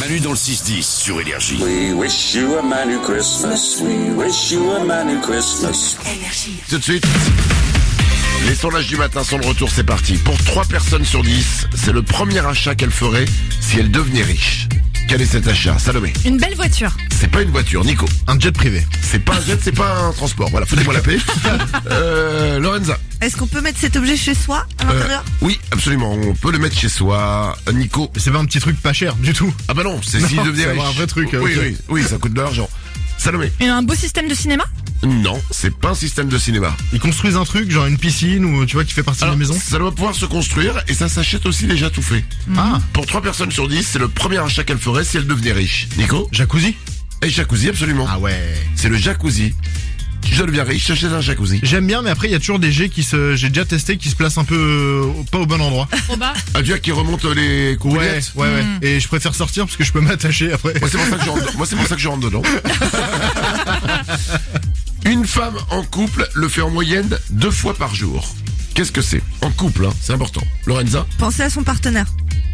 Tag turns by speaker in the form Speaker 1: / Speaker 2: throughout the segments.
Speaker 1: Manu dans le 6-10 sur Énergie.
Speaker 2: We wish you a Merry Christmas. We wish you a Merry Christmas.
Speaker 1: Tout de suite. Les sondages du matin sont de retour, c'est parti. Pour 3 personnes sur 10, c'est le premier achat qu'elle ferait si elle devenait riche. Quel est cet achat Salomé
Speaker 3: Une belle voiture.
Speaker 1: C'est pas une voiture, Nico.
Speaker 4: Un jet privé.
Speaker 1: C'est pas un jet, c'est pas un transport. Voilà, foutez-moi la paix. Euh, Lorenza
Speaker 3: Est-ce qu'on peut mettre cet objet chez soi à l'intérieur
Speaker 1: Euh, Oui, absolument, on peut le mettre chez soi. Nico
Speaker 4: Mais C'est pas un petit truc pas cher du tout.
Speaker 1: Ah bah non, c'est s'il
Speaker 4: Non,
Speaker 1: devenait
Speaker 4: c'est
Speaker 1: riche.
Speaker 4: avoir un vrai truc, euh,
Speaker 1: Oui,
Speaker 4: ok.
Speaker 1: oui, oui, ça coûte de l'argent. Salomé
Speaker 3: Et Un beau système de cinéma
Speaker 1: Non, c'est pas un système de cinéma.
Speaker 4: Ils construisent un truc, genre une piscine ou tu vois qui fait partie de la maison.
Speaker 1: Ça doit pouvoir se construire et ça s'achète aussi déjà tout fait.
Speaker 4: Ah,
Speaker 1: Pour 3 personnes sur 10, c'est le premier achat qu'elle ferait si elle devenait riche. Nico
Speaker 4: jacuzzi.
Speaker 1: Et jacuzzi, absolument.
Speaker 4: Ah ouais.
Speaker 1: C'est le jacuzzi. Je deviens riche, j'achète un jacuzzi.
Speaker 4: J'aime bien, mais après il y a toujours des jets qui se, j'ai déjà testé, qui se placent un peu euh, pas au bon endroit.
Speaker 3: Au bas.
Speaker 1: Un jack qui remonte les
Speaker 4: Ouais, ouais,
Speaker 1: coulinettes.
Speaker 4: ouais.
Speaker 3: Hmm.
Speaker 4: Et je préfère sortir parce que je peux m'attacher après.
Speaker 1: Moi, c'est pour ça que je rentre, moi, c'est pour ça que je rentre dedans. Une femme en couple le fait en moyenne deux fois par jour. Qu'est-ce que c'est En couple, hein, c'est important. Lorenza
Speaker 3: Penser à son partenaire.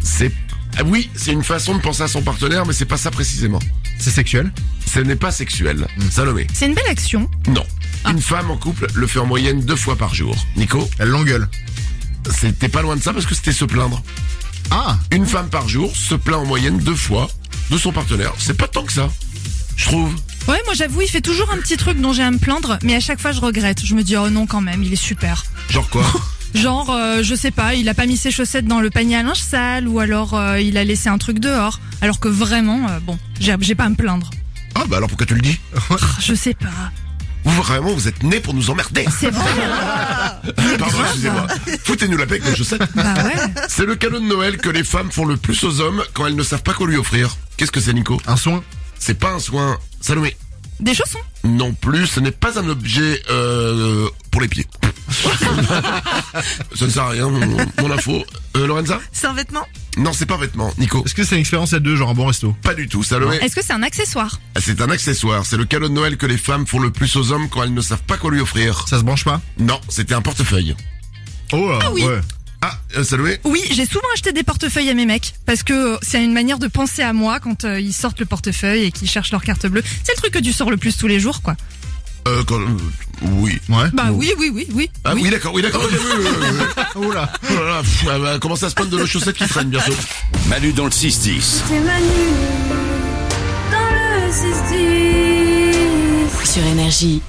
Speaker 1: C'est... Ah oui, c'est une façon de penser à son partenaire, mais c'est pas ça précisément.
Speaker 4: C'est sexuel.
Speaker 1: Ce n'est pas sexuel.
Speaker 4: Hmm.
Speaker 1: Salomé
Speaker 3: C'est une belle action.
Speaker 1: Non. Une femme en couple le fait en moyenne deux fois par jour. Nico
Speaker 4: Elle l'engueule.
Speaker 1: C'était pas loin de ça parce que c'était se plaindre.
Speaker 4: Ah,
Speaker 1: Une femme par jour se plaint en moyenne deux fois de son partenaire. C'est pas tant que ça, je trouve.
Speaker 3: Ouais, moi j'avoue, il fait toujours un petit truc dont j'ai à me plaindre, mais à chaque fois je regrette. Je me dis, oh non, quand même, il est super.
Speaker 1: Genre quoi
Speaker 3: Genre, euh, je sais pas, il a pas mis ses chaussettes dans le panier à linge sale, ou alors euh, il a laissé un truc dehors. Alors que vraiment, euh, bon, j'ai j'ai pas à me plaindre.
Speaker 1: Ah bah alors pourquoi tu le dis
Speaker 3: Pff, Je sais pas.
Speaker 1: Vous vraiment vous êtes nés pour nous emmerder.
Speaker 3: C'est vrai
Speaker 1: Pardon, excusez-moi. Foutez-nous la paix avec nos chaussettes.
Speaker 3: Bah ouais.
Speaker 1: C'est le cadeau de Noël que les femmes font le plus aux hommes quand elles ne savent pas quoi lui offrir. Qu'est-ce que c'est Nico
Speaker 4: un soin.
Speaker 1: C'est pas un soin. Salomé
Speaker 3: Des chaussons
Speaker 1: Non plus, ce n'est pas un objet euh, pour les pieds. ça ne sert à rien, mon, mon info. Euh, Lorenza
Speaker 3: C'est un vêtement
Speaker 1: Non, c'est pas vêtement. Nico
Speaker 4: Est-ce que c'est une expérience à deux, genre un bon resto
Speaker 1: Pas du tout, Salomé.
Speaker 3: Est-ce que c'est un accessoire
Speaker 1: C'est un accessoire, c'est le cadeau de Noël que les femmes font le plus aux hommes quand elles ne savent pas quoi lui offrir.
Speaker 4: Ça se branche pas
Speaker 1: Non, c'était un portefeuille.
Speaker 4: Oh,
Speaker 3: Ah oui.
Speaker 4: ouais.
Speaker 1: Ah, euh, salué
Speaker 3: Oui, j'ai souvent acheté des portefeuilles à mes mecs parce que euh, c'est une manière de penser à moi quand euh, ils sortent le portefeuille et qu'ils cherchent leur carte bleue. C'est le truc que tu sors le plus tous les jours, quoi.
Speaker 1: euh, quand- euh, Oui.
Speaker 4: Ouais.
Speaker 3: Bah oui, oui, oui, oui.
Speaker 1: Ah oui, d'accord, oui, d'accord. ok, oui, oui, oui, oui.
Speaker 4: Oula.
Speaker 1: Oh là là, pff, elle va commencer à se plaindre de nos chaussettes qui traînent bientôt.
Speaker 5: Manu dans le 6-10.
Speaker 6: C'est Manu dans le 6-10.
Speaker 7: sur énergie.